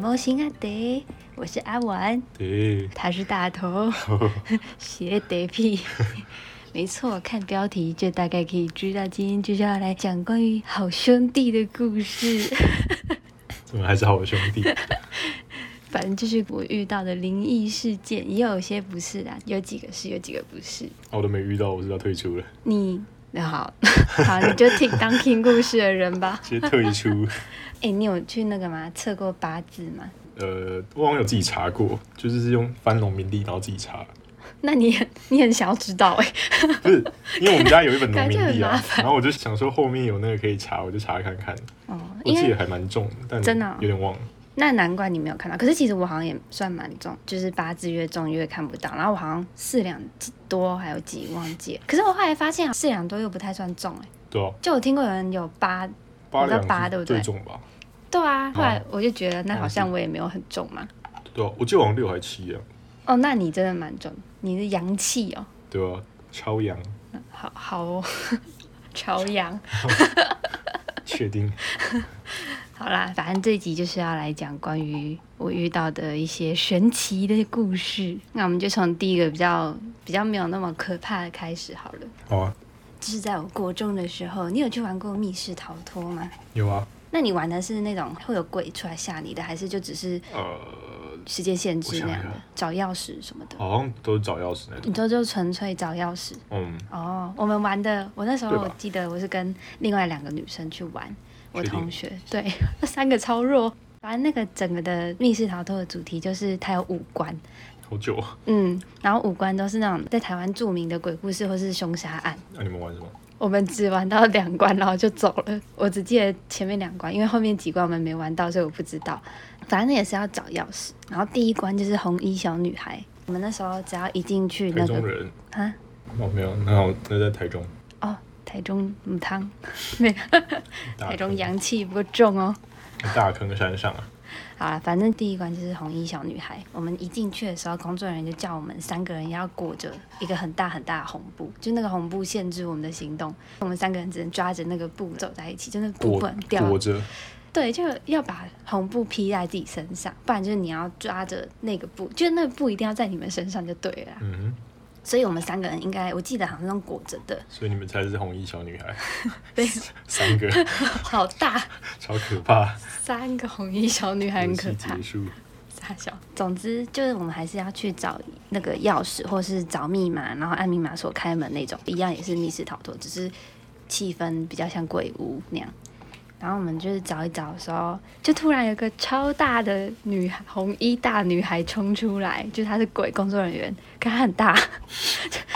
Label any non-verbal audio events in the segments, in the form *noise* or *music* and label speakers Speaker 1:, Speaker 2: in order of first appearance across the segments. Speaker 1: 猫星阿德，啊我是阿丸，
Speaker 2: 对， *laughs*
Speaker 1: 他是大头， *laughs* 斜得屁。 *laughs* 没错，看标题就大概可以知道，今天就是要来讲关于好兄弟的故事。 *laughs*
Speaker 2: 我们还是好兄弟。啊
Speaker 1: 反正就是我遇到的灵异事件，也有些不是啦，有几个是，有几个不是。
Speaker 2: 啊，我都没遇到，我是要退出了，
Speaker 1: 你那好， *laughs* 好，你就听当听故事的人吧。
Speaker 2: 直接退
Speaker 1: *laughs*
Speaker 2: 出。
Speaker 1: 哎、你有去那个吗？测过八字吗？
Speaker 2: 呃，我好像有自己查过，就是是用翻农民历，然后自己查。
Speaker 1: 那你很你很想要知道哎、
Speaker 2: 不是，因为我们家有一本农民
Speaker 1: *laughs* 感觉很
Speaker 2: 历
Speaker 1: 麻
Speaker 2: 啊，然后我就想说后面有那个可以查，我就查看看。
Speaker 1: 哦，
Speaker 2: 我
Speaker 1: 因
Speaker 2: 记
Speaker 1: 为
Speaker 2: 得还蛮重的，但
Speaker 1: 真的哦
Speaker 2: 有点忘了。
Speaker 1: 那难怪你没有看到。可是其实我好像也算蛮重，就是八字越重越看不到。然后我好像四两多还有几忘记了。可是我后来发现啊四两多又不太算重哎、
Speaker 2: 对啊，
Speaker 1: 就我听过有人有八，
Speaker 2: 八
Speaker 1: 我知道
Speaker 2: 两
Speaker 1: 八对
Speaker 2: 是
Speaker 1: 不对
Speaker 2: 最重吧？
Speaker 1: 对啊。后来
Speaker 2: 哦
Speaker 1: 我就觉得那好像
Speaker 2: 哦
Speaker 1: 我也没有很重嘛。
Speaker 2: 对啊，我记得好像六还七啊，
Speaker 1: 哦，那你真的蛮重，你是阳气哦，
Speaker 2: 对啊，超阳，
Speaker 1: 好好哦， *laughs* 朝阳。
Speaker 2: 确定。 *laughs*
Speaker 1: 好啦，反正这一集就是要来讲关于我遇到的一些神奇的故事。那我们就从第一个比较比较没有那么可怕的开始好了。
Speaker 2: 好啊，
Speaker 1: 就是在我国中的时候，你有去玩过密室逃脱吗？
Speaker 2: 有啊，
Speaker 1: 那你玩的是那种会有鬼出来吓你的，还是就只是
Speaker 2: 呃，
Speaker 1: 时间限
Speaker 2: 我
Speaker 1: 制
Speaker 2: 想
Speaker 1: 那样
Speaker 2: 一
Speaker 1: 的
Speaker 2: 下？
Speaker 1: 找钥匙什么的？
Speaker 2: 好像都是找钥匙那种。
Speaker 1: 你说就纯粹找钥匙
Speaker 2: 嗯，
Speaker 1: 哦。我们玩的，我那时候
Speaker 2: 对吧
Speaker 1: 我记得我是跟另外两个女生去玩，我
Speaker 2: 确定
Speaker 1: 同学对， *laughs* 那三个超弱。反正那个整个的密室逃脱的主题就是它有五关，
Speaker 2: 好久啊，
Speaker 1: 嗯，然后五关都是那种在台湾著名的鬼故事或是凶杀案。
Speaker 2: 那你们玩什么？
Speaker 1: 我们只玩到两关，然后就走了。我只记得前面两关，因为后面几关我们没玩到，所以我不知道。反正也是要找钥匙，然后第一关就是红衣小女孩。我们那时候只要一进去
Speaker 2: 台
Speaker 1: 那
Speaker 2: 中
Speaker 1: 个
Speaker 2: 人。
Speaker 1: 啊，
Speaker 2: 哦，没有，那我那在台中，
Speaker 1: 哦，台中母汤，没有，
Speaker 2: 大
Speaker 1: 台中
Speaker 2: 坑
Speaker 1: 阳气不够重哦。
Speaker 2: 大坑山上啊，
Speaker 1: 好啦，反正第一关就是红衣小女孩。我们一进去的时候，工作人员就叫我们三个人要裹着一个很大很大的红布，就那个红布限制我们的行动，我们三个人只能抓着那个布走在一起，就那个布
Speaker 2: 躲
Speaker 1: 不能掉
Speaker 2: 躲着，
Speaker 1: 对，就要把红布披在自己身上，不然就是你要抓着那个布，就是那个布一定要在你们身上就对了啦。啊
Speaker 2: 嗯，
Speaker 1: 所以我们三个人应该，我记得好像是用裹着的，
Speaker 2: 所以你们才是红衣小女孩，
Speaker 1: 对，*laughs*
Speaker 2: 三个
Speaker 1: 好大，
Speaker 2: 超可怕，
Speaker 1: 三个红衣小女孩
Speaker 2: 游
Speaker 1: 很可
Speaker 2: 戏
Speaker 1: 怕
Speaker 2: 结，束，
Speaker 1: *laughs* 傻笑。总之就是我们还是要去找那个钥匙，或是找密码，然后按密码锁开门那种，一样也是密室逃脱，只是气氛比较像鬼屋那样。然后我们就是找一找的时候，就突然有个超大的女孩，红衣大女孩冲出来，就是她是鬼工作人员，可她很大， *laughs*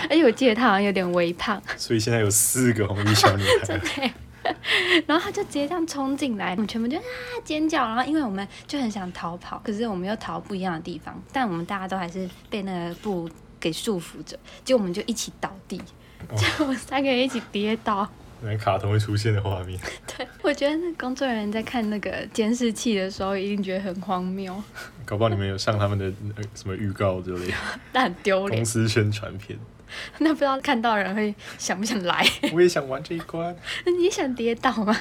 Speaker 1: 而且我记得她好像有点微胖，
Speaker 2: 所以现在有四个红衣小女
Speaker 1: *laughs*
Speaker 2: 孩，
Speaker 1: 对。 *laughs* 然后她就直接这样冲进来，我们全部就啊尖叫，然后因为我们就很想逃跑，可是我们又逃不一样的地方，但我们大家都还是被那个布给束缚着， *laughs* 结果我们就一起倒地，
Speaker 2: 哦
Speaker 1: 就我们三个人一起跌倒。
Speaker 2: 那卡通会出现的画面，
Speaker 1: 对，我觉得那工作人员在看那个监视器的时候，一定觉得很荒谬，
Speaker 2: 搞不好你们有上他们的呃什么预告之类的，
Speaker 1: 但很丢
Speaker 2: 公
Speaker 1: 脸。
Speaker 2: 司宣传片，
Speaker 1: 那不知道看到的人会想不想来？ *laughs*
Speaker 2: 我也想玩这一关，
Speaker 1: 你想跌倒吗？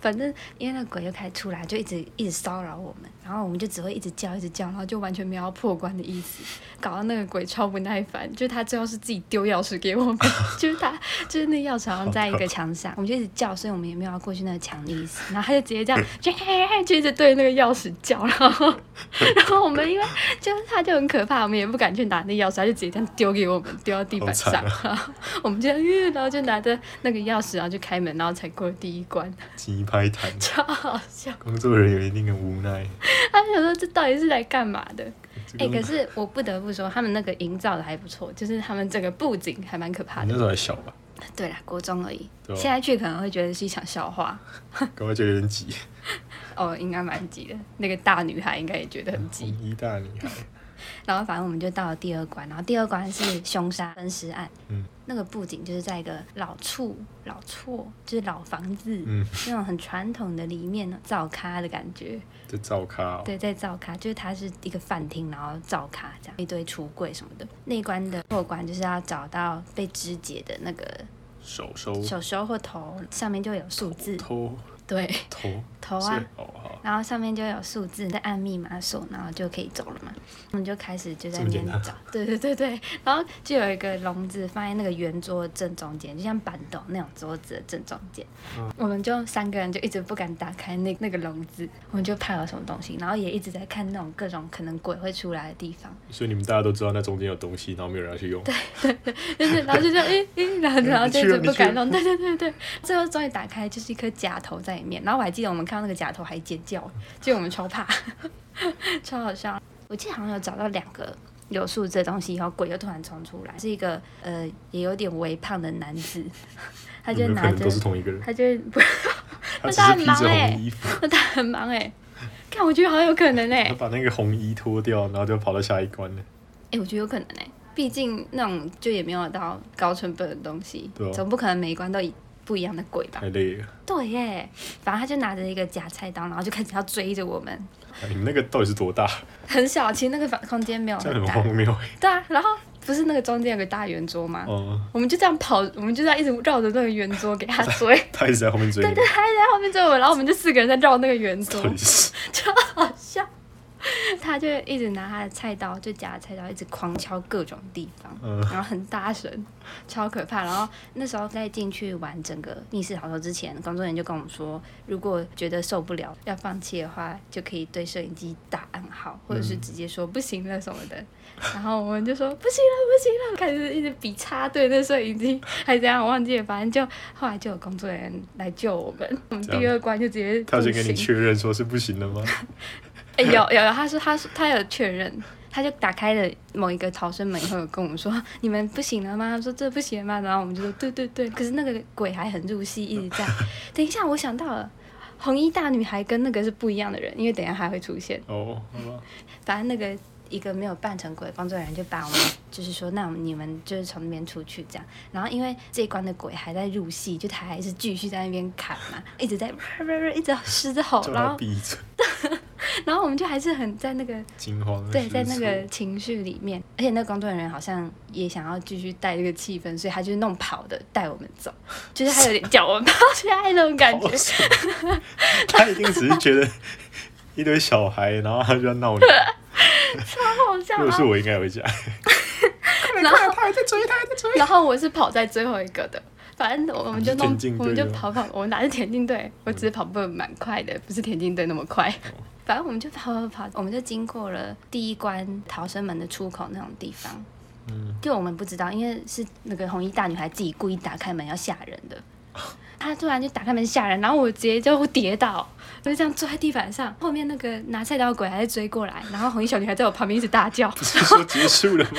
Speaker 1: 反正因为那鬼又开始出来，就一直一直骚扰我们，然后我们就只会一直叫，一直叫，然后就完全没有要破关的意思，搞到那个鬼超不耐烦，就是他最后是自己丢钥匙给我们， *laughs* 就是他就是那钥匙好像在一个墙上，我们就一直叫，所以我们也没有要过去那个墙的意思，然后他就直接这样就嘿嘿就一直对那个钥匙叫，然后然后我们因为就是他就很可怕，我们也不敢去拿那钥匙，他就直接这样丢给我们，丢到地板上，
Speaker 2: 好惨啊
Speaker 1: 然后我们就嗯，然后就拿着那个钥匙，然后就开门，然后才过第一关，
Speaker 2: 鸡拍谈，
Speaker 1: 超好笑。
Speaker 2: 工作人员一定很无奈，
Speaker 1: 他想说这到底是来干嘛的？
Speaker 2: 这
Speaker 1: 哎、
Speaker 2: 个
Speaker 1: 可是我不得不说，他们那个营造的还不错，就是他们整个布景还蛮可怕
Speaker 2: 你那
Speaker 1: 的。
Speaker 2: 时候还小吧，
Speaker 1: 对啦，国中而已，
Speaker 2: 对啊
Speaker 1: 现在去可能会觉得是一场笑话。
Speaker 2: 搞不好就有点挤，
Speaker 1: 哦，应该蛮急的，那个大女孩应该也觉得很急。
Speaker 2: 红衣大女孩，
Speaker 1: 然后反正我们就到了第二关，然后第二关是凶杀分尸案。
Speaker 2: 嗯
Speaker 1: 那个布景就是在一个老厝、老厝，就是老房子，
Speaker 2: 嗯
Speaker 1: 那种很传统的里面造咖的感觉。
Speaker 2: 这照咖哦，
Speaker 1: 对，在造咖，就是它是一个饭厅，然后造咖这样一堆橱柜什么的。内关的破关就是要找到被肢解的那个
Speaker 2: 手收
Speaker 1: 手手或头，上面就有数字。
Speaker 2: 偷
Speaker 1: 对，
Speaker 2: 头
Speaker 1: 头啊
Speaker 2: 是，哦好，
Speaker 1: 然后上面就有数字，再按密码锁，然后就可以走了嘛。我们就开始就在那边
Speaker 2: 这么
Speaker 1: 找，对对对对， *laughs* 然后就有一个笼子放在那个圆桌的正中间，就像板凳那种桌子的正中间。
Speaker 2: 嗯
Speaker 1: 我们就三个人就一直不敢打开那那个笼子，我们就怕有什么东西，然后也一直在看那种各种可能鬼会出来的地方。
Speaker 2: 所以你们大家都知道那中间有东西，然后没有人要去用，
Speaker 1: 就是然后就这样，诶、诶、然后然后就一
Speaker 2: 嗯你去
Speaker 1: 直
Speaker 2: 了
Speaker 1: 不敢
Speaker 2: 你去了
Speaker 1: 弄，对对对对，最后终于打开，就是一颗假头在里面。然后我还记得我们看到那个假头还尖叫，就我们超怕， *laughs* 超好笑。我记得好像有找到两个有数字的东西以后，鬼又突然冲出来，是一个呃也有点微胖的男子，他
Speaker 2: 有
Speaker 1: 就
Speaker 2: 没有可
Speaker 1: 拿
Speaker 2: 能
Speaker 1: 着
Speaker 2: 都是同一个人？
Speaker 1: 他就不，
Speaker 2: 他
Speaker 1: 那
Speaker 2: 只
Speaker 1: 他
Speaker 2: 是
Speaker 1: 很
Speaker 2: 披
Speaker 1: 忙
Speaker 2: 着
Speaker 1: 欸
Speaker 2: 红衣服，
Speaker 1: 他很忙哎、看我觉得好有可能哎、
Speaker 2: 他把那个红衣脱掉，然后就跑到下一关了。
Speaker 1: 哎、我觉得有可能哎、毕竟那种就也没有到高成本的东西，
Speaker 2: 对啊
Speaker 1: 总不可能每一关都一不一样的鬼吧？
Speaker 2: 太累了。
Speaker 1: 对耶，反正他就拿着一个假菜刀，然后就开始要追着我们。 *laughs*
Speaker 2: 哎你们那个到底是多大？
Speaker 1: 很小，其实那个房空间没有
Speaker 2: 这
Speaker 1: 很
Speaker 2: 样很
Speaker 1: 大。
Speaker 2: 荒谬欸。
Speaker 1: 对啊，然后不是那个中间有个大圆桌吗？
Speaker 2: 哦，
Speaker 1: 我们就这样跑，我们就这样一直绕着那个圆桌给他追，
Speaker 2: 他一直在后面追你们，
Speaker 1: 他在后面追我们，然后我们就四个人在绕那个圆桌
Speaker 2: 到，底是
Speaker 1: 超好
Speaker 2: *laughs*
Speaker 1: 笑。他就一直拿他的菜刀，就夹着菜刀一直狂敲各种地方，
Speaker 2: 嗯
Speaker 1: 然后很大声，超可怕。然后那时候在进去玩整个密室逃脱之前，工作人员就跟我们说，如果觉得受不了要放弃的话，就可以对摄影机打暗号，或者是直接说不行了什么
Speaker 2: 嗯
Speaker 1: 的。然后我们就说不行了，不行了，开始一直比插对那摄影机，还是怎样，我忘记了。反正就后来就有工作人员来救我们，我们
Speaker 2: 这样
Speaker 1: 第二关就直接
Speaker 2: *laughs* 他
Speaker 1: 不行。
Speaker 2: 有先跟你确认说是不行了吗？
Speaker 1: *laughs* 哎、有有有，他说他说他有确认，他就打开了某一个逃生门以后，有跟我们说你们不行了吗？他说这不行了吗？然后我们就说对对对，可是那个鬼还很入戏，一直在。等一下，我想到了。红衣大女孩跟那个是不一样的人，因为等一下还会出现。
Speaker 2: 哦，好吧，
Speaker 1: 反正那个一个没有扮成鬼的工作人员就把我们就是说，那你们就是从那边出去这样。然后因为这一关的鬼还在入戏，就他还是继续在那边砍嘛，一直在 *laughs* 一直狮吼，
Speaker 2: 叫
Speaker 1: 然
Speaker 2: 他
Speaker 1: 后
Speaker 2: 闭嘴，
Speaker 1: 然后我们就还是很在那个
Speaker 2: 惊慌失措。
Speaker 1: 对，在那个情绪里面，而且那工作人员好像也想要继续带这个气氛，所以他就是弄跑的带我们走，就是他有点 *laughs* 叫我们跑起来那种感觉
Speaker 2: 好。爽，他一定只是觉得一堆小孩，然后他就要闹
Speaker 1: *laughs*
Speaker 2: 你。
Speaker 1: 好笑
Speaker 2: 如果
Speaker 1: 啊
Speaker 2: 是！我，应该也会
Speaker 1: *laughs*
Speaker 2: 这样。
Speaker 1: 然后
Speaker 2: 他还在追，他还在追。
Speaker 1: *laughs* 然后我是跑在最后一个的，反正我们就弄
Speaker 2: 啊你是田径，
Speaker 1: 我
Speaker 2: 队
Speaker 1: 们就
Speaker 2: 吗
Speaker 1: 跑跑，我们哪是田径队，我只是跑步蛮快的，不是田径队那么快。
Speaker 2: 哦
Speaker 1: 反正我们就跑跑跑，我们就经过了第一关逃生门的出口那种地方。
Speaker 2: 嗯，
Speaker 1: 就我们不知道，因为是那个红衣大女孩自己故意打开门要吓人的。她突然就打开门吓人，然后我直接就跌倒，我就这样坐在地板上。后面那个拿菜刀的鬼还在追过来，然后红衣小女孩在我旁边一直大叫。
Speaker 2: 不是说结束了 *laughs* 吗？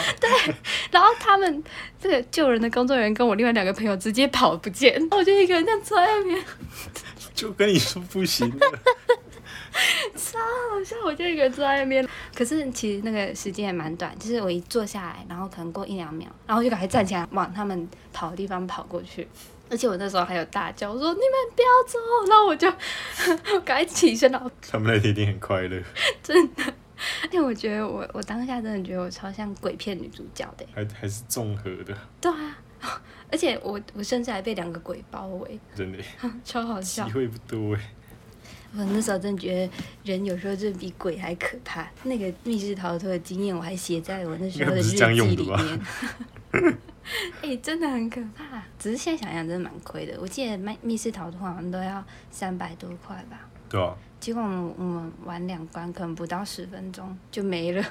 Speaker 1: 然后他们这个救人的工作人员跟我另外两个朋友直接跑不见， *laughs* 然后我就一个人这样坐在那边，
Speaker 2: 就跟你说不行 *laughs* 了，
Speaker 1: 好像我就一个人坐在那边。可是其实那个时间也蛮短，就是我一坐下来，然后可能过一两秒，然后我就赶快站起来往他们跑的地方跑过去。而且我那时候还有大叫，我说你们不要走，然后我就 *laughs* 赶快起身，然后
Speaker 2: 他们那天一定很快乐，
Speaker 1: 真的，而哎且我觉得我我当下真的觉得我超像鬼片女主角的欸，
Speaker 2: 还还是综合的，
Speaker 1: 对啊， *laughs* 而且我我甚至还被两个鬼包围，
Speaker 2: 真的
Speaker 1: 超好
Speaker 2: 机
Speaker 1: 笑。
Speaker 2: 会不多哎。
Speaker 1: 我那时候真的觉得人有时候真的比鬼还可怕。那个密室逃脱的经验，我还写在我那时候的日记
Speaker 2: 应该不是
Speaker 1: 里
Speaker 2: 这样
Speaker 1: 面。 *laughs* 哎、真的很可怕。只是现在想想，真的蛮亏的。我记得密密室逃脱好像都要三百多块吧，
Speaker 2: 对啊，
Speaker 1: 结果我们我们玩两关，可能不到十分钟就没
Speaker 2: *laughs*
Speaker 1: 了。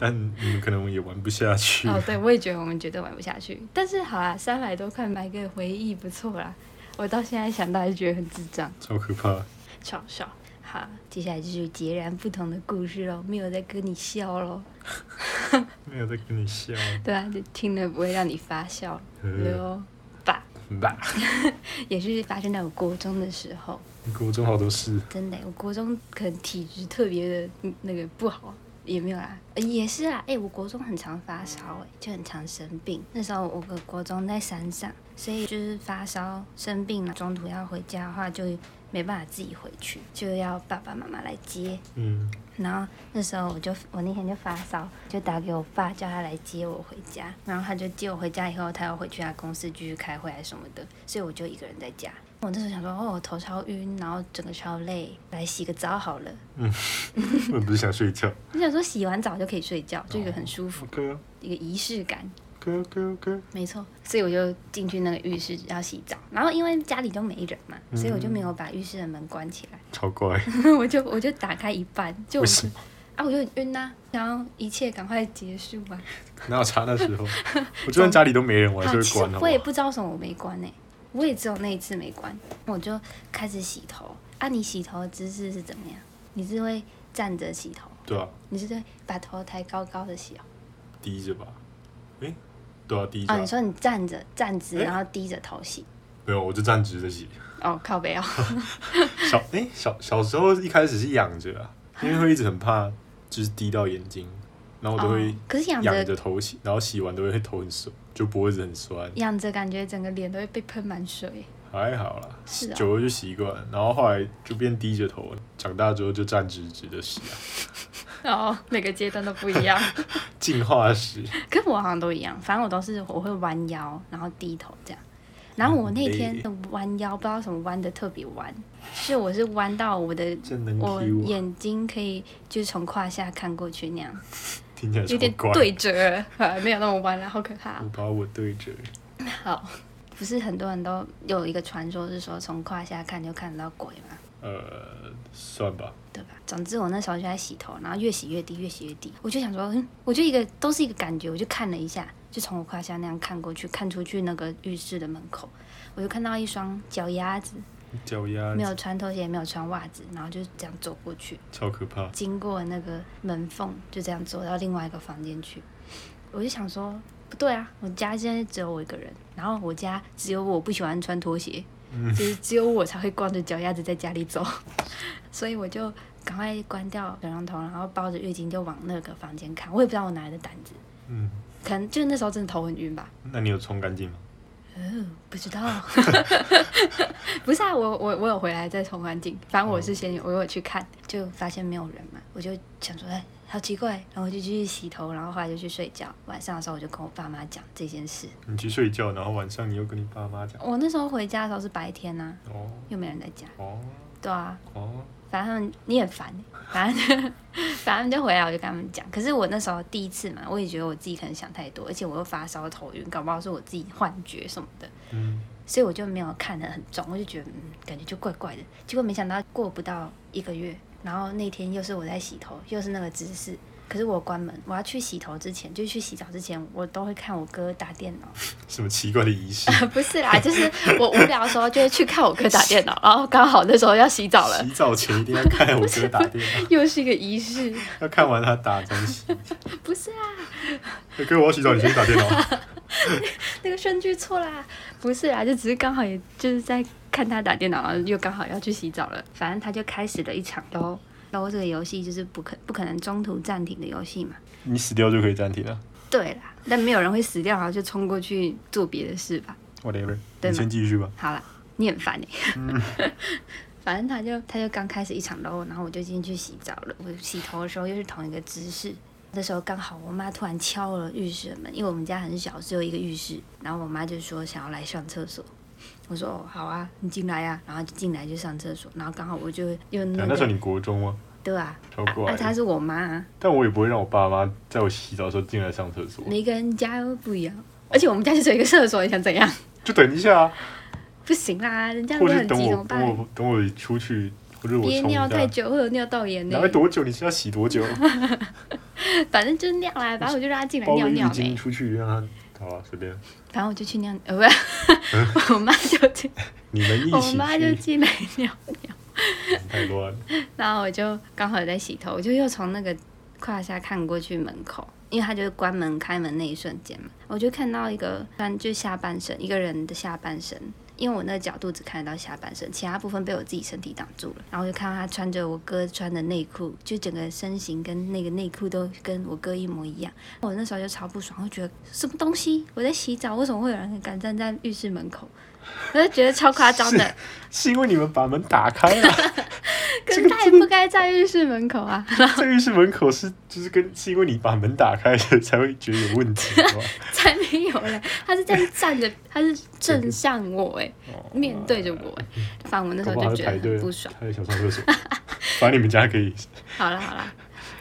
Speaker 2: 但你们可能也玩不下去。
Speaker 1: 哦，对，我也觉得我们绝对玩不下去。但是好啦，三百多块买个回忆不错啦。我到现在想到还是觉得很智障。
Speaker 2: 超可怕！
Speaker 1: 嘲笑。好，接下来就是截然不同的故事喽，没有在跟你笑喽，
Speaker 2: 没有在跟你笑，
Speaker 1: *laughs* 对啊，就听了不会让你发笑
Speaker 2: 呃，
Speaker 1: 哟吧，
Speaker 2: 吧。
Speaker 1: 也是发生在我国中的时候，
Speaker 2: 国中好多事，
Speaker 1: 真的，我国中可能体质特别的嗯那个不好，也没有啦，呃也是啦，哎、我国中很常发烧，哎，就很常生病。那时候我国国中在山上，所以就是发烧生病了，中途要回家的话就没办法自己回去，就要爸爸妈妈来接。
Speaker 2: 嗯，
Speaker 1: 然后那时候我就我那天就发烧，就打给我爸叫他来接我回啊家，然后他就接我回家以后，他要回去他公司继续开会还是什么的，所以我就一个人在家。我那时候想说，哦，我头超晕，然后整个超累，来洗个澡好了。
Speaker 2: 我不是想睡觉。
Speaker 1: 你想说洗完澡就可以睡觉，就一个很舒服，
Speaker 2: OK 啊
Speaker 1: 一个仪式感。
Speaker 2: OK OK OK，
Speaker 1: 没错，所以我就进去那个浴室要洗澡，然后因为家里都没人嘛，
Speaker 2: 嗯
Speaker 1: 所以我就没有把浴室的门关起来， *laughs*
Speaker 2: 超 *laughs* 乖。
Speaker 1: 我就我就打开一半，就
Speaker 2: 为什么？
Speaker 1: 啊我就很晕呐、然后一切赶快结束啊吧。
Speaker 2: 哪有差那 *laughs* 时候？我就算家里都没人，我还
Speaker 1: 啊，
Speaker 2: 是
Speaker 1: 其
Speaker 2: 会
Speaker 1: 实
Speaker 2: 关，好不
Speaker 1: 我也
Speaker 2: 好？
Speaker 1: 不知道为什么我没关呢、欸我也只有那一次没关，我就开始洗头。啊，你洗头的姿势是怎么样？你是会站着洗头，
Speaker 2: 对啊，
Speaker 1: 你是会把头抬高高的洗哦？
Speaker 2: 低着吧。诶，对啊，低着
Speaker 1: 哦，
Speaker 2: 啊。
Speaker 1: 你说你站着站直，
Speaker 2: 诶
Speaker 1: 然后低着头洗。
Speaker 2: 没有，我就站直着洗。
Speaker 1: 哦，靠背哦，
Speaker 2: 小诶，哎小小时候一开始是仰着啊，因为会一直很怕，就是滴到眼睛，然后我都会
Speaker 1: 哦可是仰
Speaker 2: 仰
Speaker 1: 着
Speaker 2: 着头洗，然后洗完都会头很酸，就脖子很酸。
Speaker 1: 仰着感觉整个脸都会被喷满水。
Speaker 2: 还好啦，
Speaker 1: 是啊
Speaker 2: 久了就习惯，然后后来就变低着头，长大之后就站直直的洗啊，
Speaker 1: 哦，每个阶段都不一样，
Speaker 2: 进化史。
Speaker 1: 跟我好像都一样，反正我都是我会弯腰，然后低头这样。然后我那天的弯腰不知道什么弯的特别弯，是我是弯到我的
Speaker 2: 真能 Q
Speaker 1: 我
Speaker 2: 啊，
Speaker 1: 眼睛可以就是从胯下看过去那样，
Speaker 2: 听起来超
Speaker 1: 有点
Speaker 2: 怪。
Speaker 1: 对折，呃，没有那么弯了，好可怕
Speaker 2: 我。把我对折，
Speaker 1: 好，不是很多人都有一个传说是说从胯下看就看得到鬼嘛，
Speaker 2: 呃，算吧，
Speaker 1: 对吧？总之我那时候就在洗头，然后越洗越低，越洗越低，我就想说，嗯，我就一个都是一个感觉，我就看了一下，就从我胯下那样看过去，看出去那个浴室的门口，我就看到一双脚丫子，
Speaker 2: 脚丫
Speaker 1: 没有穿拖鞋，没有穿袜子，然后就这样走过去，
Speaker 2: 超可怕，
Speaker 1: 经过那个门缝，就这样走到另外一个房间去。我就想说，不对啊，我家现在只有我一个人，然后我家只有我不喜欢穿拖鞋，就是只有我才会光着脚丫子在家里走， *laughs* 所以我就赶快关掉水龙头，然后抱着浴巾就往那个房间看。我也不知道我哪来的胆子，
Speaker 2: 嗯，
Speaker 1: 可能就那时候真的头很晕吧，
Speaker 2: 那你有冲干净吗？
Speaker 1: 嗯，不知道， *laughs* 不是啊，我我我有回来再重环境，反正我是先我有去看，就发现没有人嘛，我就想说，哎，好奇怪，然后我就继续洗头，然后后来就去睡觉。晚上的时候我就跟我爸妈讲这件事。
Speaker 2: 你去睡觉，然后晚上你又跟你爸妈讲，
Speaker 1: 我那时候回家的时候是白天呐、
Speaker 2: 哦
Speaker 1: 又没人在家，
Speaker 2: 哦
Speaker 1: 对啊，
Speaker 2: 哦，
Speaker 1: 反正他们你也烦，反正 *laughs* 反正他们就回来我就跟他们讲。可是我那时候第一次嘛，我也觉得我自己可能想太多，而且我又发烧头晕，搞不好是我自己幻觉什么的。
Speaker 2: 嗯，
Speaker 1: 所以我就没有看得很重，我就觉得嗯，感觉就怪怪的。结果没想到过不到一个月，然后那天又是我在洗头，又是那个姿势，可是我关门，我要去洗头之前，就去洗澡之前，我都会看我哥打电脑。
Speaker 2: 什么奇怪的仪式？
Speaker 1: *laughs* 不是啦，就是我无聊的时候就会去看我哥打电 *laughs* 脑，然后刚 *laughs* 好那时候要洗澡了，
Speaker 2: 洗澡前一定要看我哥打电话， *laughs*
Speaker 1: 又是一个仪式。
Speaker 2: 要看完他打再洗。
Speaker 1: 不是啊，
Speaker 2: 欸 *laughs* 哥，我要洗澡，你先打电脑。
Speaker 1: *laughs* 那个顺序错啦，不是啊啦，就只是刚好也就是在看他打电脑，然后又刚好要去洗澡了，反正他就开始了一场喽。喽这个游戏就是不可不可能中途暂停的游戏嘛。
Speaker 2: 你死掉就可以暂停了
Speaker 1: 对啦，但没有人会死掉，然后就冲过去做别的事吧。
Speaker 2: ，whatever，
Speaker 1: 对
Speaker 2: 你
Speaker 1: 吗
Speaker 2: 先继续吧。
Speaker 1: 好了，你很烦哎、
Speaker 2: 嗯
Speaker 1: *laughs* 反正他就他就刚开始一场喽，然后我就进去洗澡了。我洗头的时候又是同一个姿势。那时候刚好我妈突然敲了浴室的门，因为我们家很小，只有一个浴室。然后我妈就说想要来上厕所， *laughs* 我说哦好啊，你进来啊，然后就进来就上厕所。然后刚好我就又
Speaker 2: 对
Speaker 1: 那
Speaker 2: 啊那时候
Speaker 1: 个
Speaker 2: 你国中吗？
Speaker 1: 对吧、
Speaker 2: 超
Speaker 1: 啊？
Speaker 2: 怪
Speaker 1: 啊，
Speaker 2: 的，
Speaker 1: 她是我妈、啊，
Speaker 2: 但我也不会让我爸妈在我洗澡的时候进来上厕所，
Speaker 1: 每个人家都不一样，而且我们家就只有一个厕所，你想怎样？
Speaker 2: 就等一下啊，
Speaker 1: 不行啦，人家
Speaker 2: 或
Speaker 1: 都
Speaker 2: 是
Speaker 1: 很
Speaker 2: 等
Speaker 1: 急，怎
Speaker 2: 我
Speaker 1: 么
Speaker 2: 等
Speaker 1: 办？
Speaker 2: 我等我出去，或者我
Speaker 1: 憋
Speaker 2: 冲一
Speaker 1: 尿
Speaker 2: 下，
Speaker 1: 太久会有尿道炎呢
Speaker 2: 哪，会多久？你是要洗多
Speaker 1: *laughs*
Speaker 2: 久？
Speaker 1: 反正就是尿啦，反正我就让他进来
Speaker 2: 包
Speaker 1: 尿
Speaker 2: 个浴
Speaker 1: 尿
Speaker 2: 巾
Speaker 1: 呗，
Speaker 2: 出去让他，好啊，随便。
Speaker 1: 反正我就去尿，呃，不 *laughs* 是，我妈就进，
Speaker 2: 你们 *laughs* 一
Speaker 1: 我
Speaker 2: 起
Speaker 1: 妈就
Speaker 2: 去，
Speaker 1: 进来尿，
Speaker 2: 太
Speaker 1: *laughs*
Speaker 2: 乱了。
Speaker 1: 然后我就刚好有在洗头，我就又从那个胯下看过去门口，因为他就是关门开门那一瞬间嘛，我就看到一个穿就下半身一个人的下半身。因为我那个角度只看得到下半身，其他部分被我自己身体挡住了。然后我就看到他穿着我哥穿的内裤，就整个身形跟那个内裤都跟我哥一模一样。我那时候就超不爽，我觉得什么东西？我在洗澡，为什么会有人敢站在浴室门口？我就觉得超夸张的。
Speaker 2: 是因为你们把门打开了，
Speaker 1: 可是他也不该在浴室门口啊！
Speaker 2: *laughs* 在浴室门口是就是跟是因为你把门打开了才会觉得有问题
Speaker 1: *laughs*
Speaker 2: 吧？
Speaker 1: 才没有嘞，他是这样站
Speaker 2: *laughs*
Speaker 1: 着，他是正向我哎，面对着我哎，反正我那时
Speaker 2: 哦
Speaker 1: 候
Speaker 2: 搞不好
Speaker 1: 就觉
Speaker 2: 他
Speaker 1: 得
Speaker 2: 在排队
Speaker 1: 很不爽。
Speaker 2: 他在想上厕所。 *laughs* 反正你们家可以，
Speaker 1: 好了好了，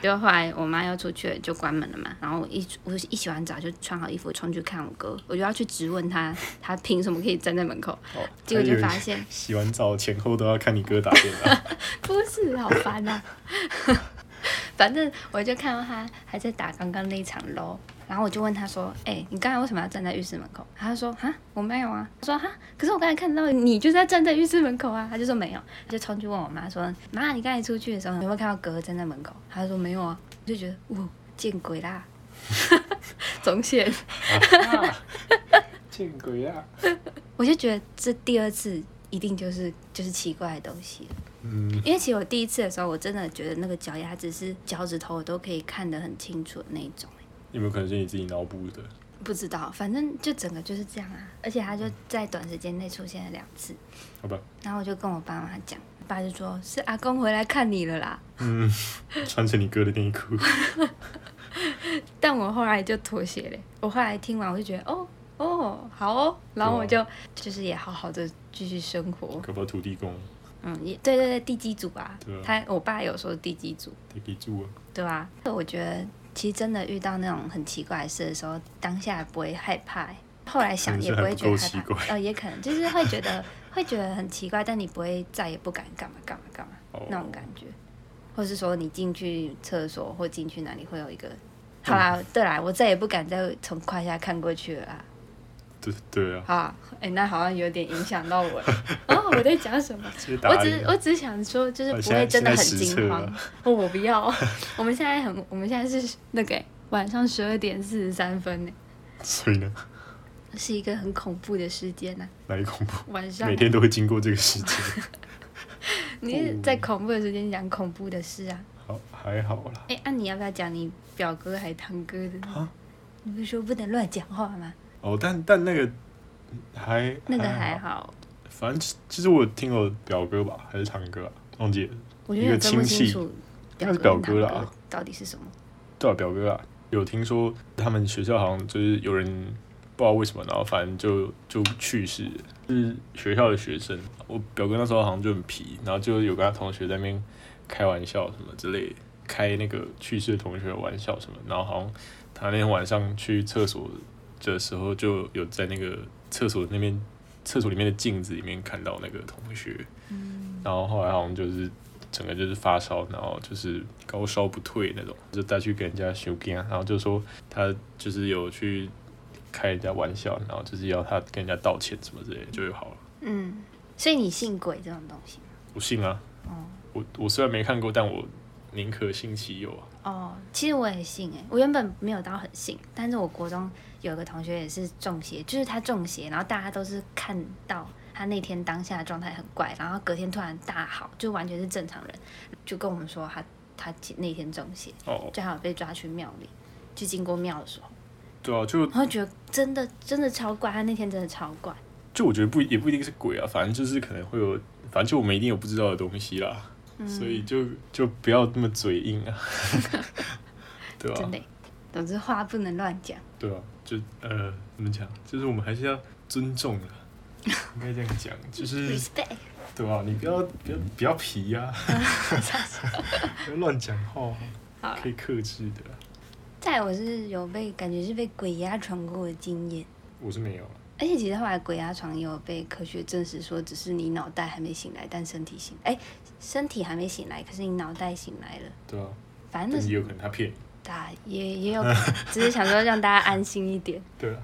Speaker 1: 结果后来我妈要出去就关门了嘛，然后我一我一洗完澡就穿好衣服冲去看我哥，我就要去质问他，他凭什么可以站在门口？
Speaker 2: 哦
Speaker 1: 结果
Speaker 2: 还以
Speaker 1: 就
Speaker 2: 为
Speaker 1: 发 *laughs* 现
Speaker 2: 洗完澡前后都要看你哥打电话。
Speaker 1: 不是，好烦啊！ *laughs* 反正我就看到他还在打刚刚那一场 l 然后我就问他说：“哎、你刚才为什么要站在浴室门口？”他就说：“哈，我没有啊。”他说：“哈，可是我刚才看到你就在站在浴室门口啊。”他就说：“没有。”他就冲去问我妈说：“妈，你刚才出去的时候有没有看到哥站在门口？”他就说：“没有啊。”我就觉得哇，见鬼啦！ *laughs* 总线，
Speaker 2: 啊见鬼啊！
Speaker 1: 我就觉得这第二次一定就是就是奇怪的东西了。
Speaker 2: 嗯，
Speaker 1: 因为其实我第一次的时候，我真的觉得那个脚丫子是脚趾头，我都可以看得很清楚的那一种。
Speaker 2: 有没有可能是你自己脑补的？
Speaker 1: 不知道，反正就整个就是这样啊。而且他就在短时间内出现了两次，
Speaker 2: 好吧，
Speaker 1: 然后我就跟我爸妈讲，我爸就说是阿公回来看你了啦。
Speaker 2: 嗯，穿着你哥的
Speaker 1: *laughs*
Speaker 2: 内裤，
Speaker 1: 但我后来就妥协了，我后来听完我就觉得哦哦好哦，然后我
Speaker 2: 啊
Speaker 1: 就就是也好好的继续生活。
Speaker 2: 搞不好土地公
Speaker 1: 嗯，也对对对，地基组吧
Speaker 2: 对啊，
Speaker 1: 他我爸有说地基组。
Speaker 2: 得给住啊。
Speaker 1: 对啊，我觉得其实真的遇到那种很奇怪的事的时候，当下不会害怕欸、后来想也不会觉得害
Speaker 2: 可能是还不
Speaker 1: 怕
Speaker 2: 够奇，
Speaker 1: 呃，也可能就是会觉得 *laughs* 会觉得很奇怪，但你不会再也不敢干嘛干嘛干嘛
Speaker 2: 哦
Speaker 1: 那种感觉，或是说你进去厕所或进去哪里会有一个，好
Speaker 2: 嗯
Speaker 1: 啦，对啦，我再也不敢再从胯下看过去了啦。
Speaker 2: 对对啊，
Speaker 1: 好啊，哎、那好像有点影响到我
Speaker 2: *laughs*
Speaker 1: 了。哦，我在讲什么？
Speaker 2: 直接打啊
Speaker 1: 我
Speaker 2: 脸
Speaker 1: 只我只想说，就是不
Speaker 2: 现在
Speaker 1: 会真的很
Speaker 2: 现在实测
Speaker 1: 惊慌
Speaker 2: 了。
Speaker 1: 哦，我不要。我们现在很，我们现在是那个欸晚上十二点四十三分呢，
Speaker 2: 所以呢，
Speaker 1: 是一个很恐怖的时间呐、
Speaker 2: 哪里恐怖？
Speaker 1: 晚上
Speaker 2: 每天都会经过这个事情。
Speaker 1: 你是
Speaker 2: 哦
Speaker 1: 在恐怖的时间讲恐怖的事啊。
Speaker 2: *laughs* 好，还好啦。
Speaker 1: 哎、那、你要不要讲你表哥还堂哥的呢？
Speaker 2: 啊
Speaker 1: 你不是说不能乱讲话吗？
Speaker 2: 哦，但但那个还
Speaker 1: 那个还
Speaker 2: 还，
Speaker 1: 好，
Speaker 2: 反正其其实我听我表哥吧，还是堂哥啊，忘记了，
Speaker 1: 我觉得也分不清楚
Speaker 2: 一个亲戚
Speaker 1: 表
Speaker 2: 应该是表哥
Speaker 1: 哥
Speaker 2: 啦
Speaker 1: 跟堂到底是什么。
Speaker 2: 对啊，表哥啊，有听说他们学校好像就是有人不知道为什么，然后反正就就去世了，是学校的学生。我表哥那时候好像就很皮，然后就有跟他同学在那边开玩笑什么之类的，开那个去世的同学的玩笑什么，然后好像他那天晚上去厕所的时候，就有在那个厕所那边厕所里面的镜子里面看到那个同学，然后后来好像就是整个就是发烧，然后就是高烧不退那种，就再去跟人家修啊，然后就说他就是有去开人家玩笑，然后就是要他跟人家道歉什么之类的，就会好了。
Speaker 1: 嗯，所以你信鬼这种东西吗？
Speaker 2: 我信啊，我我虽然没看过，但我宁可信其有啊。
Speaker 1: 哦，其实我也信哎、我原本没有到很信，但是我国中有一个同学也是中邪，就是他中邪，然后大家都是看到他那天当下的状态很怪，然后隔天突然大好，就完全是正常人，就跟我们说他他那天中邪，
Speaker 2: 哦，
Speaker 1: 最后被抓去庙里，就经过庙的时候，
Speaker 2: 对啊，就
Speaker 1: 然后觉得真的真的超怪，他那天真的超怪，
Speaker 2: 就我觉得不也不一定是鬼啊，反正就是可能会有，反正就我们一定有不知道的东西啦，所以就就不要那么嘴硬啊，对啊吧、
Speaker 1: 真的欸、总之话不能乱讲，
Speaker 2: 对啊，就呃，怎么讲？就是我们还是要尊重
Speaker 1: *laughs*
Speaker 2: 啦，应该这样讲，就是
Speaker 1: respect。
Speaker 2: 对啊，你不要不要不要皮
Speaker 1: *laughs*
Speaker 2: 呀、不要乱讲话啊、
Speaker 1: 好啦
Speaker 2: 可以克制的啊。
Speaker 1: 再来我是有被感觉是被鬼压床过的经验。
Speaker 2: 我是没有啊，
Speaker 1: 而且其实后来鬼压床也有被科学证实说，只是你脑袋还没醒来，但身体醒，哎、身体还没醒来，可是你脑袋醒来了。
Speaker 2: 对啊，
Speaker 1: 反正
Speaker 2: 但
Speaker 1: 那
Speaker 2: 也
Speaker 1: 是
Speaker 2: 有可能他骗你，
Speaker 1: 大也也有可能，只是想说让大家安心一点。 *laughs*
Speaker 2: 对啊，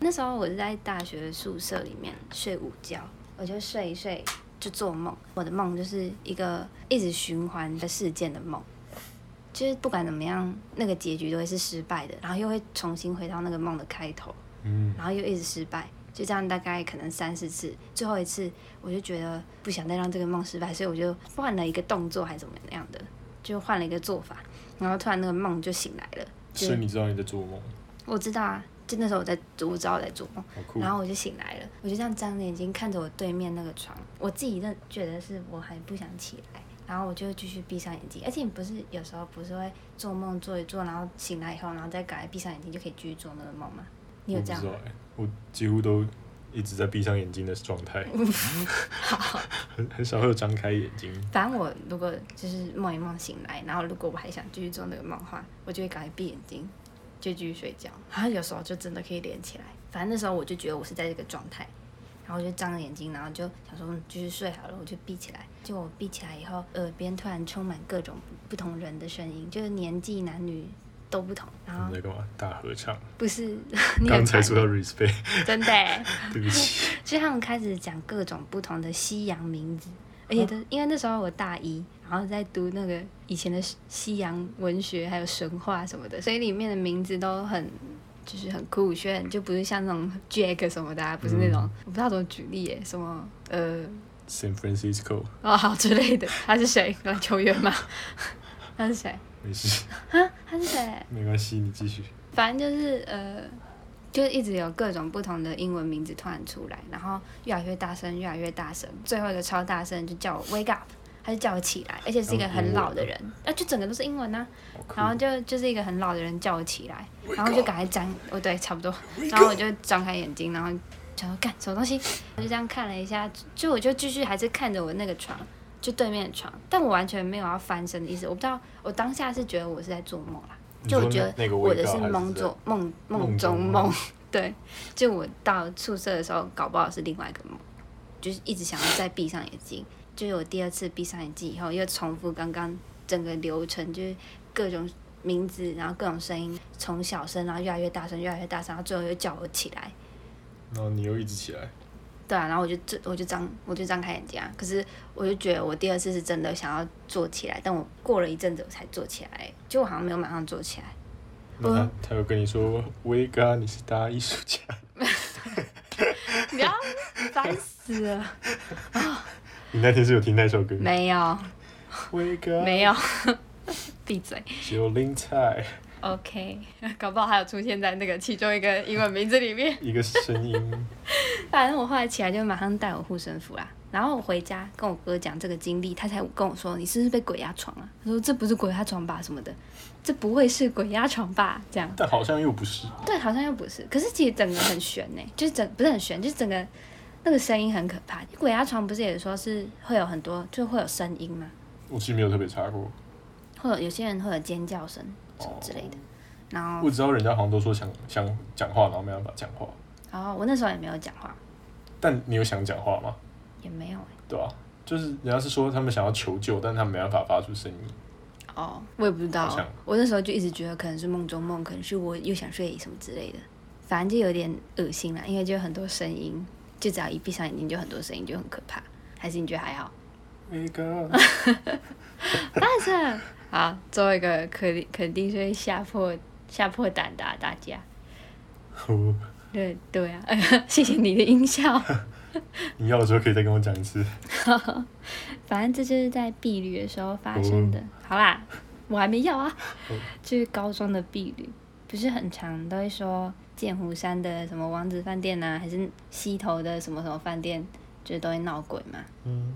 Speaker 1: 那时候我是在大学的宿舍里面睡午觉，我就睡一睡就做梦，我的梦就是一个一直循环的事件的梦，就是不管怎么样，那个结局都会是失败的，然后又会重新回到那个梦的开头。
Speaker 2: 嗯，
Speaker 1: 然后又一直失败，就这样大概可能三四次，最后一次我就觉得不想再让这个梦失败，所以我就换了一个动作还是怎么样的，就换了一个做法，然后突然那个梦就醒来了，就
Speaker 2: 所以你知道你在做梦，
Speaker 1: 我知道啊，就那时候我在我知道我在做梦，
Speaker 2: 好酷，
Speaker 1: 然后我就醒来了，我就这样张着眼睛看着我对面那个床，我自己认觉得是我还不想起来，然后我就继续闭上眼睛，而且你不是有时候不是会做梦做一做，然后醒来以后，然后再赶快闭上眼睛就可以继续做那个梦吗？你有
Speaker 2: 我不
Speaker 1: 这样
Speaker 2: 知
Speaker 1: 吗
Speaker 2: 道？欸我几乎都一直在闭上眼睛的状态，
Speaker 1: *laughs* 好，
Speaker 2: 很很少有张开眼睛。
Speaker 1: 反正我如果就是梦一梦醒来，然后如果我还想继续做那个梦的话，我就会赶快闭眼睛，就继续睡觉。然后有时候就真的可以连起来，反正那时候我就觉得我是在这个状态，然后我就张着眼睛，然后就想说嗯继续睡好了，我就闭起来。就我闭起来以后，耳边突然充满各种不同人的声音，就是年纪男女都不同。然
Speaker 2: 我们
Speaker 1: 后
Speaker 2: 在干嘛？大合唱。
Speaker 1: 不是 *laughs* 你
Speaker 2: 刚
Speaker 1: 很
Speaker 2: 才
Speaker 1: 烦
Speaker 2: 说到 respect，
Speaker 1: 真的欸。
Speaker 2: 对不起。 *laughs*
Speaker 1: 所以他们开始讲各种不同的西洋名字，而且都、因为那时候我大一，然后在读那个以前的西洋文学还有神话什么的，所以里面的名字都很就是很酷炫，就不是像那种 Jack 什么的、啊，不是那种、我不知道怎么举例耶，什么呃
Speaker 2: San Francisco，
Speaker 1: 哦好之类的，他是谁？篮球员吗？ *laughs* 他是谁？
Speaker 2: 没事， *laughs*
Speaker 1: 他是谁？
Speaker 2: 没关系，你继续。
Speaker 1: 反正就是呃，就一直有各种不同的英文名字突然出来，然后越来越大声，越来越大声，最后一个超大声就叫我 wake up，他就叫我起来，而且是一个很老的人，啊，就整个都是英文呐、
Speaker 2: 好酷
Speaker 1: 然后就就是一个很老的人叫我起来，
Speaker 2: Wake
Speaker 1: 然后就
Speaker 2: up
Speaker 1: 赶快张，哦对，差不多，
Speaker 2: Wake
Speaker 1: 然后我就张开眼睛，然后想说干什么东西，我就这样看了一下，就我就继续还是看着我那个床，就对面的床，但我完全没有要翻身的意思，我不知道，我当下是觉得我是在做梦啦。
Speaker 2: 你
Speaker 1: 就
Speaker 2: 说
Speaker 1: 我觉得
Speaker 2: 那那个
Speaker 1: 我
Speaker 2: 味
Speaker 1: 的
Speaker 2: 道
Speaker 1: 是
Speaker 2: 还
Speaker 1: 梦
Speaker 2: 在
Speaker 1: 中梦
Speaker 2: 梦
Speaker 1: 梦
Speaker 2: 中
Speaker 1: 中
Speaker 2: 梦
Speaker 1: 梦， *laughs* 对，就我到宿舍的时候，搞不好是另外一个梦，就是一直想要再闭上眼睛，就是我第二次闭上眼睛以后，又重复刚刚整个流程，就是各种名字，然后各种声音，从小声，然后越来越大声，越来越大声，然后最后又叫我起来，
Speaker 2: 然后你又一直起来，
Speaker 1: 对啊，然后我就这我就张我就张开眼睛啊，可是我就觉得我第二次是真的想要坐起来，但我过了一阵子我才坐起来，就我好像没有马上坐起来。
Speaker 2: 那他他又跟你说威哥，你是大艺术家， *laughs*
Speaker 1: 不要烦死了！
Speaker 2: 你那天是有听那首歌？
Speaker 1: *laughs* 没有，
Speaker 2: 威哥，
Speaker 1: 没有， *laughs* 闭嘴。
Speaker 2: 九零菜，
Speaker 1: OK，搞不好还有出现在那个其中一个英文名字里面。
Speaker 2: 一个声音，
Speaker 1: *laughs* 反正我后来起来就马上带我护身符啦。然后我回家跟我哥讲这个经历，他才跟我说：“你是不是被鬼压床啊？”他说：“这不是鬼压床吧？什么的，这不会是鬼压床吧？”这样
Speaker 2: 但好像又不是。
Speaker 1: 对，好像又不是。可是其实整个很悬呢、就是整不是很悬，就是整个那个声音很可怕。鬼压床不是也说是会有很多，就会有声音吗？
Speaker 2: 我其实没有特别查过，
Speaker 1: 会有有些人会有尖叫声什么
Speaker 2: 哦
Speaker 1: 之类的。然后
Speaker 2: 我，只知道人家好像都说想想讲话，然后没办法讲话。
Speaker 1: 然后我那时候也没有讲话，
Speaker 2: 但你有想讲话吗？
Speaker 1: 也没有、欸、
Speaker 2: 对吧、就是人家是说他们想要求救，但他们没办法发出声音。
Speaker 1: 哦，我也不知道
Speaker 2: 好像，
Speaker 1: 我那时候就一直觉得可能是梦中梦，可能是我又想睡什么之类的，反正就有点恶心啦，因为就有很多声音，就只要一闭上眼睛就很多声音，就很可怕。还是你觉得还好？
Speaker 2: 威
Speaker 1: *laughs*
Speaker 2: 哥，
Speaker 1: 但是好，做一个肯定肯定是会吓破吓破胆的、啊、大家。
Speaker 2: 哦
Speaker 1: 对对啊， *laughs* 谢谢你的音效。
Speaker 2: 你要的时候可以再跟我讲一次。
Speaker 1: 反正这就是在避旅的时候发生的。好啦，我还没要啊
Speaker 2: 哦，
Speaker 1: *laughs* 就是高中的避旅，不是很常都会说剑湖山的什么王子饭店呐、啊，还是溪头的什么什么饭店，就是都会闹鬼嘛。
Speaker 2: 嗯，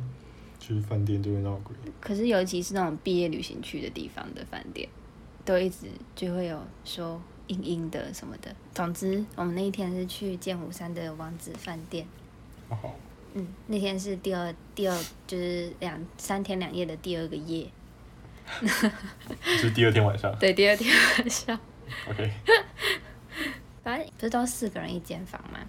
Speaker 2: 去饭店就会闹鬼。
Speaker 1: 可是尤其是那种毕业旅行去的地方的饭店，都一直就会有说阴阴的什么的。总之，我们那一天是去剑湖山的王子饭店。
Speaker 2: 好哦好，
Speaker 1: 嗯，那天是第二第二就是两三天两夜的第二个夜，
Speaker 2: 就是第二天晚上。
Speaker 1: 对，第二天晚上，
Speaker 2: OK，
Speaker 1: 反正不是都四个人一间房嘛。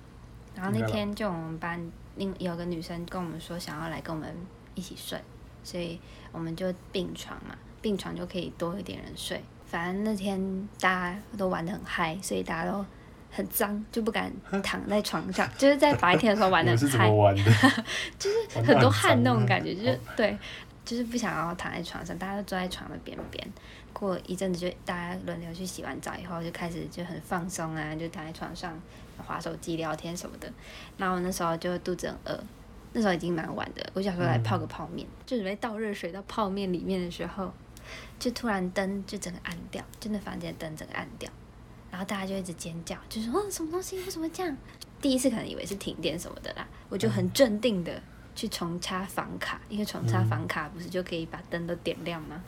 Speaker 1: 然后那
Speaker 2: 应该吧
Speaker 1: 天就我们班另有个女生跟我们说想要来跟我们一起睡，所以我们就并床嘛，并床就可以多一点人睡。反正那天大家都玩的很嗨，所以大家都很脏，就不敢躺在床上，就是在白天的时候玩
Speaker 2: *laughs* 你
Speaker 1: 的
Speaker 2: 们是
Speaker 1: 很
Speaker 2: 怎
Speaker 1: 嗨
Speaker 2: 么。玩的？就是
Speaker 1: 很多汗那种感觉，就是对，就是不想要躺在床上，大家都坐在床的边边。过一阵子就大家轮流去洗完澡以后，就开始就很放松啊，就躺在床上划手机、聊天什么的。然后那时候就肚子很饿，那时候已经蛮晚的，我想说来泡个泡面，就准备倒热水到泡面里面的时候，就突然灯就整个暗掉，就那房间的灯整个暗掉，然后大家就一直尖叫，就哦说嗯什么东西为什么这样？第一次可能以为是停电什么的啦，我就很镇定的去重插房卡，因为重插房卡不是就可以把灯都点亮吗？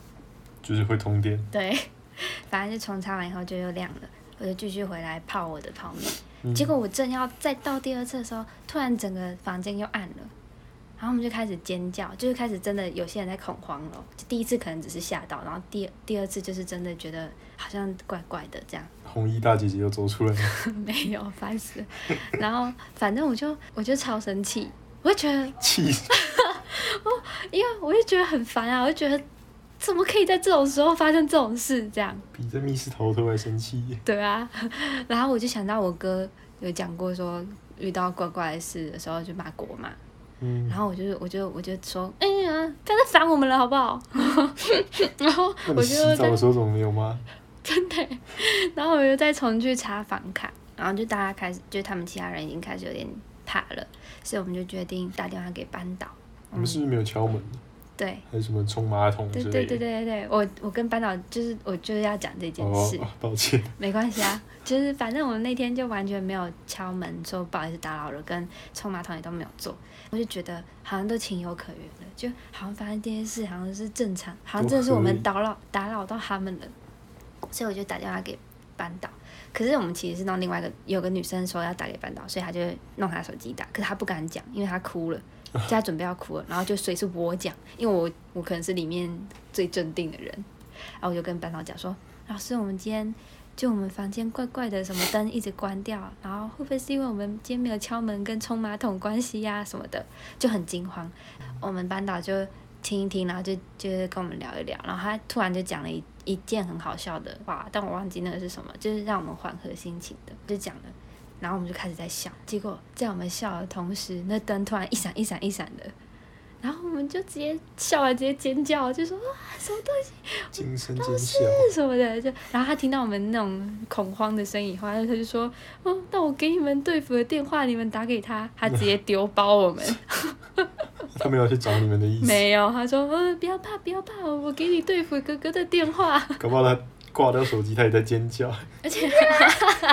Speaker 2: 就是会通电。
Speaker 1: 对， *laughs* 反正就重插完以后就又亮了，我就继续回来泡我的泡面。
Speaker 2: 嗯
Speaker 1: 结果我正要再倒第二次的时候，突然整个房间又暗了，然后我们就开始尖叫，就是开始真的有些人在恐慌了。就第一次可能只是吓到，然后第第二次就是真的觉得好像怪怪的这样。 *laughs*
Speaker 2: 红衣大姐姐又走出来了，
Speaker 1: 没有，烦死了。然后反正我就我就超生气，我就觉得，
Speaker 2: 气死！
Speaker 1: 因为我就觉得很烦啊，我就觉得怎么可以在这种时候发生这种事这样？
Speaker 2: 比在密室逃脱还生气。
Speaker 1: 对啊， *laughs* 然后我就想到我哥有讲过说，遇到怪怪的事的时候就骂国骂，
Speaker 2: 嗯
Speaker 1: 然，后我就我就我就说，哎呀，不要再烦我们了好不好？ *laughs* 然后
Speaker 2: 那
Speaker 1: 我
Speaker 2: 你洗
Speaker 1: 就
Speaker 2: 澡
Speaker 1: 在
Speaker 2: 的时候怎么没有吗？
Speaker 1: 真的欸，然后我又再重去查房卡，然后就大家开始，就他们其他人已经开始有点怕了，所以我们就决定打电话给班导。
Speaker 2: 你们是不是没有敲门？
Speaker 1: 对，
Speaker 2: 还是什么冲马桶
Speaker 1: 对
Speaker 2: 之
Speaker 1: 对
Speaker 2: 类
Speaker 1: 对对
Speaker 2: 的？
Speaker 1: 对对，我我跟班导就是我就是要讲这件
Speaker 2: 哦
Speaker 1: 事，，
Speaker 2: 抱歉。
Speaker 1: 没关系啊，就是反正我那天就完全没有敲门说不好意思打扰了，跟冲马桶也都没有做，我就觉得好像都情有可原了，就好像发生这件事好像是正常，好像真的是我们打扰打扰到他们了，所以我就打电话给班导。可是我们其实是弄另外一个，有个女生说要打给班导，所以她就弄她手机打，可是她不敢讲，因为她哭了，就她准备要哭了，然后就随是我讲，因为我我可能是里面最镇定的人，然后我就跟班导讲说，老师，我们今天就我们房间怪怪的，什么灯一直关掉，然后会不会是因为我们今天没有敲门跟冲马桶关系呀、什么的，就很惊慌。我们班导就听一听，然后就就是跟我们聊一聊，然后他突然就讲了一一件很好笑的话，但我忘记那个是什么，就是让我们缓和心情的，就讲了。然后我们就开始在笑，结果在我们笑的同时，那灯突然一闪一闪一闪的，然后我们就直接笑完，直接尖叫，就说啊什么东西。
Speaker 2: 惊声尖笑，
Speaker 1: *laughs* 什么的，就然后他听到我们那种恐慌的声音以后，他就他就说，嗯，那我给你们队服的电话，你们打给他，他直接丢包我 *laughs* 们，
Speaker 2: 他没有去找你们的意思，
Speaker 1: 没有，他说，嗯，不要怕，不要怕，我我给你队服哥哥的电话， *laughs*
Speaker 2: 搞不好他挂掉手机，他也在尖叫。
Speaker 1: 而且，呀， *laughs* 什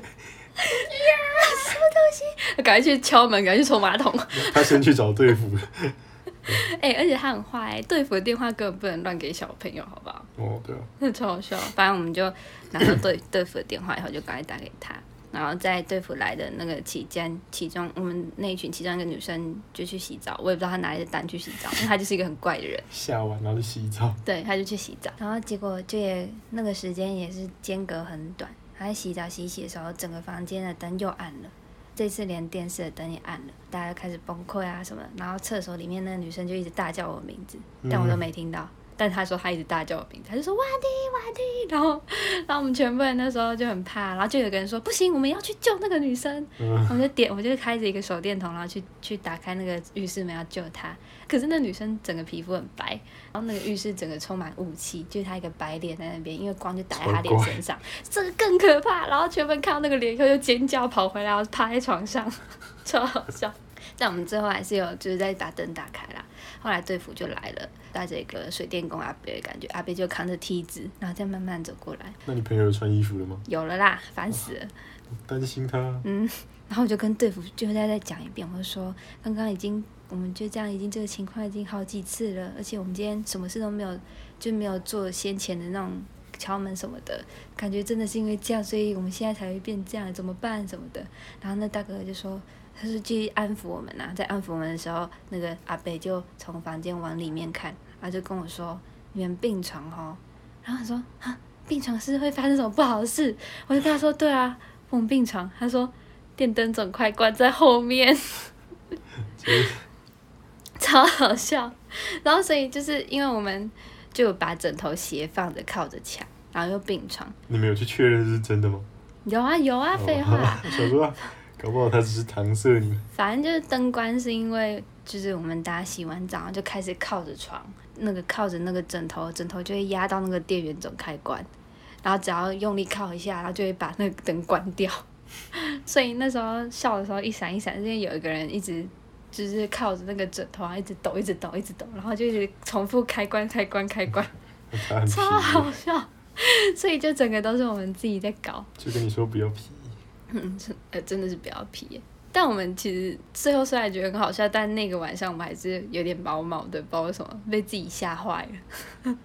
Speaker 1: 么东西？赶快去敲门，赶快去冲马桶， *laughs*
Speaker 2: 他先去找队服。
Speaker 1: 哎、而且他很坏、队服的电话根本不能乱给小朋友，好不好？
Speaker 2: 哦，对啊，
Speaker 1: 那 *laughs* 超好笑。反正我们就拿到对对付的电话以后，就赶快打给他。然后在对付来的那个期间，其中我们那一群其中一个女生就去洗澡，我也不知道她哪来的胆去洗澡，因为她就是一个很怪的人。
Speaker 2: 下完然后就洗澡。
Speaker 1: *laughs* 对，她就去洗澡，然后结果就也那个时间也是间隔很短。她在洗澡洗一洗的时候，整个房间的灯又暗了，这次连电视的灯也暗了，大家开始崩溃啊什么的。然后厕所里面那个女生就一直大叫我名字，但我都没听到。但他说他一直大叫我名字，他就说哇的哇的，然后然后我们全部人那时候就很怕，然后就有个人说不行，我们要去救那个女生，
Speaker 2: 嗯，
Speaker 1: 我就点我就开着一个手电筒，然后去去打开那个浴室门要救她。可是那女生整个皮肤很白，然后那个浴室整个充满雾气，就是她一个白脸在那边，因为光就打在她
Speaker 2: 超
Speaker 1: 脸
Speaker 2: 怪
Speaker 1: 身上，这个更可怕。然后全部人看到那个脸以后就尖叫跑回来，然后趴在床上，超好笑。但我们最后还是有就是再把灯打开啦。后来队服就来了，带着一个水电工阿伯，感觉阿伯就扛着梯子，然后再慢慢走过来。
Speaker 2: 那你朋友有穿衣服了吗？
Speaker 1: 有了啦，烦死了。
Speaker 2: 我担心他。
Speaker 1: 然后我就跟队服就再再讲一遍，我就说刚刚已经我们就这样，已经这个情况已经好几次了，而且我们今天什么事都没有，就没有做先前的那种敲门什么的，感觉真的是因为这样，所以我们现在才会变这样，怎么办什么的。然后那大哥就说。他是去安抚我们呐、在安抚我们的时候，那个阿北就从房间往里面看，然后就跟我说：“你们病床哦。”然后我说：“啊，病床是会发生什么不好的事？”我就跟他说：“对啊，我们病床。”他说：“电灯总快关在后面，
Speaker 2: 结果
Speaker 1: 超好笑。然后所以就是因为我们就有把枕头斜放着靠着墙，然后又病床，
Speaker 2: 你们有去确认是真的吗？
Speaker 1: 有啊有啊，
Speaker 2: 哦
Speaker 1: 废话，
Speaker 2: 想说啊，搞不好他只是搪塞你们。
Speaker 1: 反正就是灯关是因为就是我们大家洗完澡就开始靠着床，那个靠着那个枕头，枕头就会压到那个电源总开关，然后只要用力靠一下，然后就会把那个灯关掉。 *laughs* 所以那时候笑的时候一闪一闪，是因为有一个人一直就是靠着那个枕头啊，一直抖，一直抖，一直抖，然后就一直重复开关、开关、开关， *laughs*
Speaker 2: 他很皮
Speaker 1: 超，好笑。 *laughs* 所以就整个都是我们自己在搞，
Speaker 2: 就跟你说不要皮。
Speaker 1: 嗯，真呃真的是不要皮耶。但我们其实最后虽然觉得很好笑，但那个晚上我们还是有点毛毛的，不知道为什么被自己吓坏了。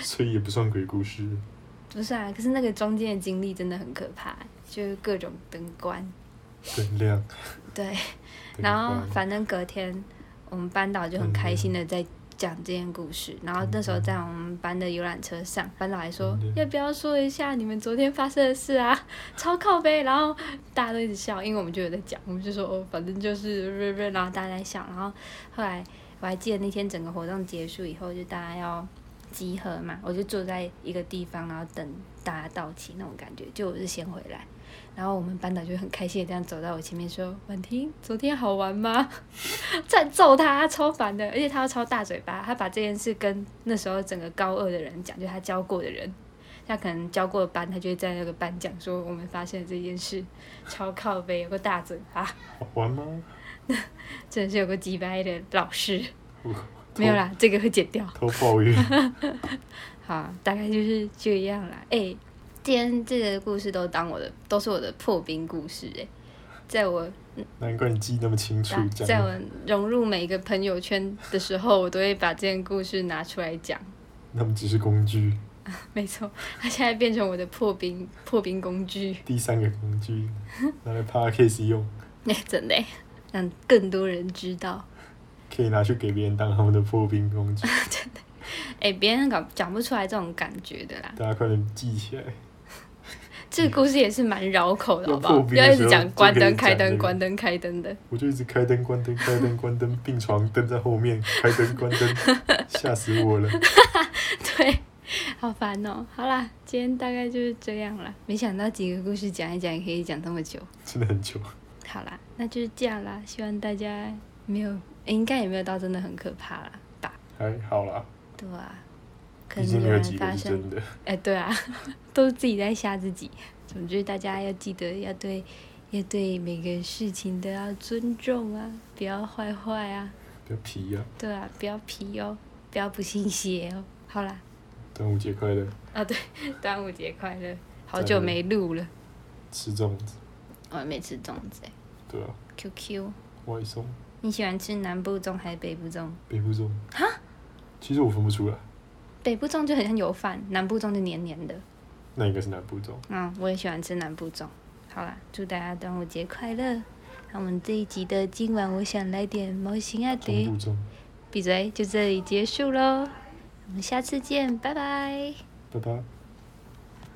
Speaker 2: 所以也不算鬼故事。
Speaker 1: 不是啊，可是那个中间的经历真的很可怕，欸就是各种灯关，
Speaker 2: 灯亮。
Speaker 1: 对。
Speaker 2: 灯
Speaker 1: 然后
Speaker 2: 光啊
Speaker 1: 反正隔天我们班导就很开心的在讲这件故事，然后那时候在我们班的游览车上，班导还说
Speaker 2: 嗯
Speaker 1: 要不要说一下你们昨天发生的事啊， *laughs* 超靠背，然后大家都一直笑，因为我们就有在讲，我们就说哦，反正就是，然后大家在笑，然后后来我还记得那天整个活动结束以后，就大家要。集合嘛，我就坐在一个地方，然后等大家到齐那种感觉。就我是先回来，然后我们班导就很开心的这样走到我前面说：“婉婷，昨天好玩吗？”在揍他，超烦的，而且他要超大嘴巴。他把这件事跟那时候整个高二的人讲，就是他教过的人，他可能教过的班，他就会在那个班讲说我们发现了这件事，超靠背，有个大嘴巴，
Speaker 2: 好玩吗？
Speaker 1: 真的是有个鸡掰的老师。
Speaker 2: 我
Speaker 1: 没有，啦，这个会剪掉。
Speaker 2: 偷偷抱怨。 *laughs*
Speaker 1: 好，大概就是这样啦。哎、今天这个故事都当我的，都是我的破冰故事哎、在我
Speaker 2: 难怪你记那么清楚
Speaker 1: 啊，
Speaker 2: 讲
Speaker 1: 在我融入每一个朋友圈的时候，我都会把这件故事拿出来讲。
Speaker 2: 那么只是工具，
Speaker 1: 没错，它现在变成我的破冰破冰工具，
Speaker 2: 第三个工具拿来 podcast 用，
Speaker 1: 哎、真的耶、让更多人知道。
Speaker 2: 可以拿去给别人当他们的破冰工
Speaker 1: *laughs*
Speaker 2: 具。
Speaker 1: 哎、别人搞讲不出来这种感觉的啦。
Speaker 2: 大家快点记起来，
Speaker 1: 这个故事也是蛮绕口的，
Speaker 2: 嗯要
Speaker 1: 好不好？
Speaker 2: 破
Speaker 1: 不
Speaker 2: 冰
Speaker 1: 要
Speaker 2: 的
Speaker 1: 一
Speaker 2: 时
Speaker 1: 直
Speaker 2: 候
Speaker 1: 讲关
Speaker 2: 就可以
Speaker 1: 灯、开
Speaker 2: 讲这
Speaker 1: 灯、
Speaker 2: 个
Speaker 1: 关灯、开灯的。
Speaker 2: 我就一直开灯关灯开灯关灯，病床灯在后面，开灯关灯，
Speaker 1: *laughs*
Speaker 2: 吓死我了。
Speaker 1: 对，好烦哦、好啦，今天大概就是这样啦。没想到几个故事讲一讲也可以讲这么久。
Speaker 2: 真的很久，
Speaker 1: 好啦，那就是这样啦。希望大家没有，诶应该也没有到真的很可怕啦吧？
Speaker 2: 还好啦，
Speaker 1: 对啊，可能
Speaker 2: 毕竟没
Speaker 1: 有
Speaker 2: 有
Speaker 1: 人
Speaker 2: 几个
Speaker 1: 发
Speaker 2: 是
Speaker 1: 生
Speaker 2: 真，的。
Speaker 1: 哎、对啊， *laughs* 都是自己在吓自己。总之，大家要记得要对要对每个事情都要尊重啊，不要坏坏啊，
Speaker 2: 不要皮呀、
Speaker 1: 对啊，不要皮哦，不要不信邪哦。好啦，
Speaker 2: 端午节快乐，
Speaker 1: 啊对， *laughs* 端午节快乐！好久没录了。
Speaker 2: 吃粽子，
Speaker 1: 我还没吃粽子哎
Speaker 2: 对啊，
Speaker 1: ，QQ。
Speaker 2: 外送
Speaker 1: 你喜欢吃南部粽还是北部粽？
Speaker 2: 北部粽。哈？其实我分不出来，
Speaker 1: 北部粽就很像油饭，南部粽就黏黏的。
Speaker 2: 那应该是南部粽。
Speaker 1: 嗯，我也喜欢吃南部粽。好啦，祝大家端午节快乐！那我们这一集的今晚我想来点毛型啊
Speaker 2: 中
Speaker 1: 得
Speaker 2: 部，粽，
Speaker 1: 闭嘴，就这里结束喽。我们下次见，拜拜。
Speaker 2: 拜拜。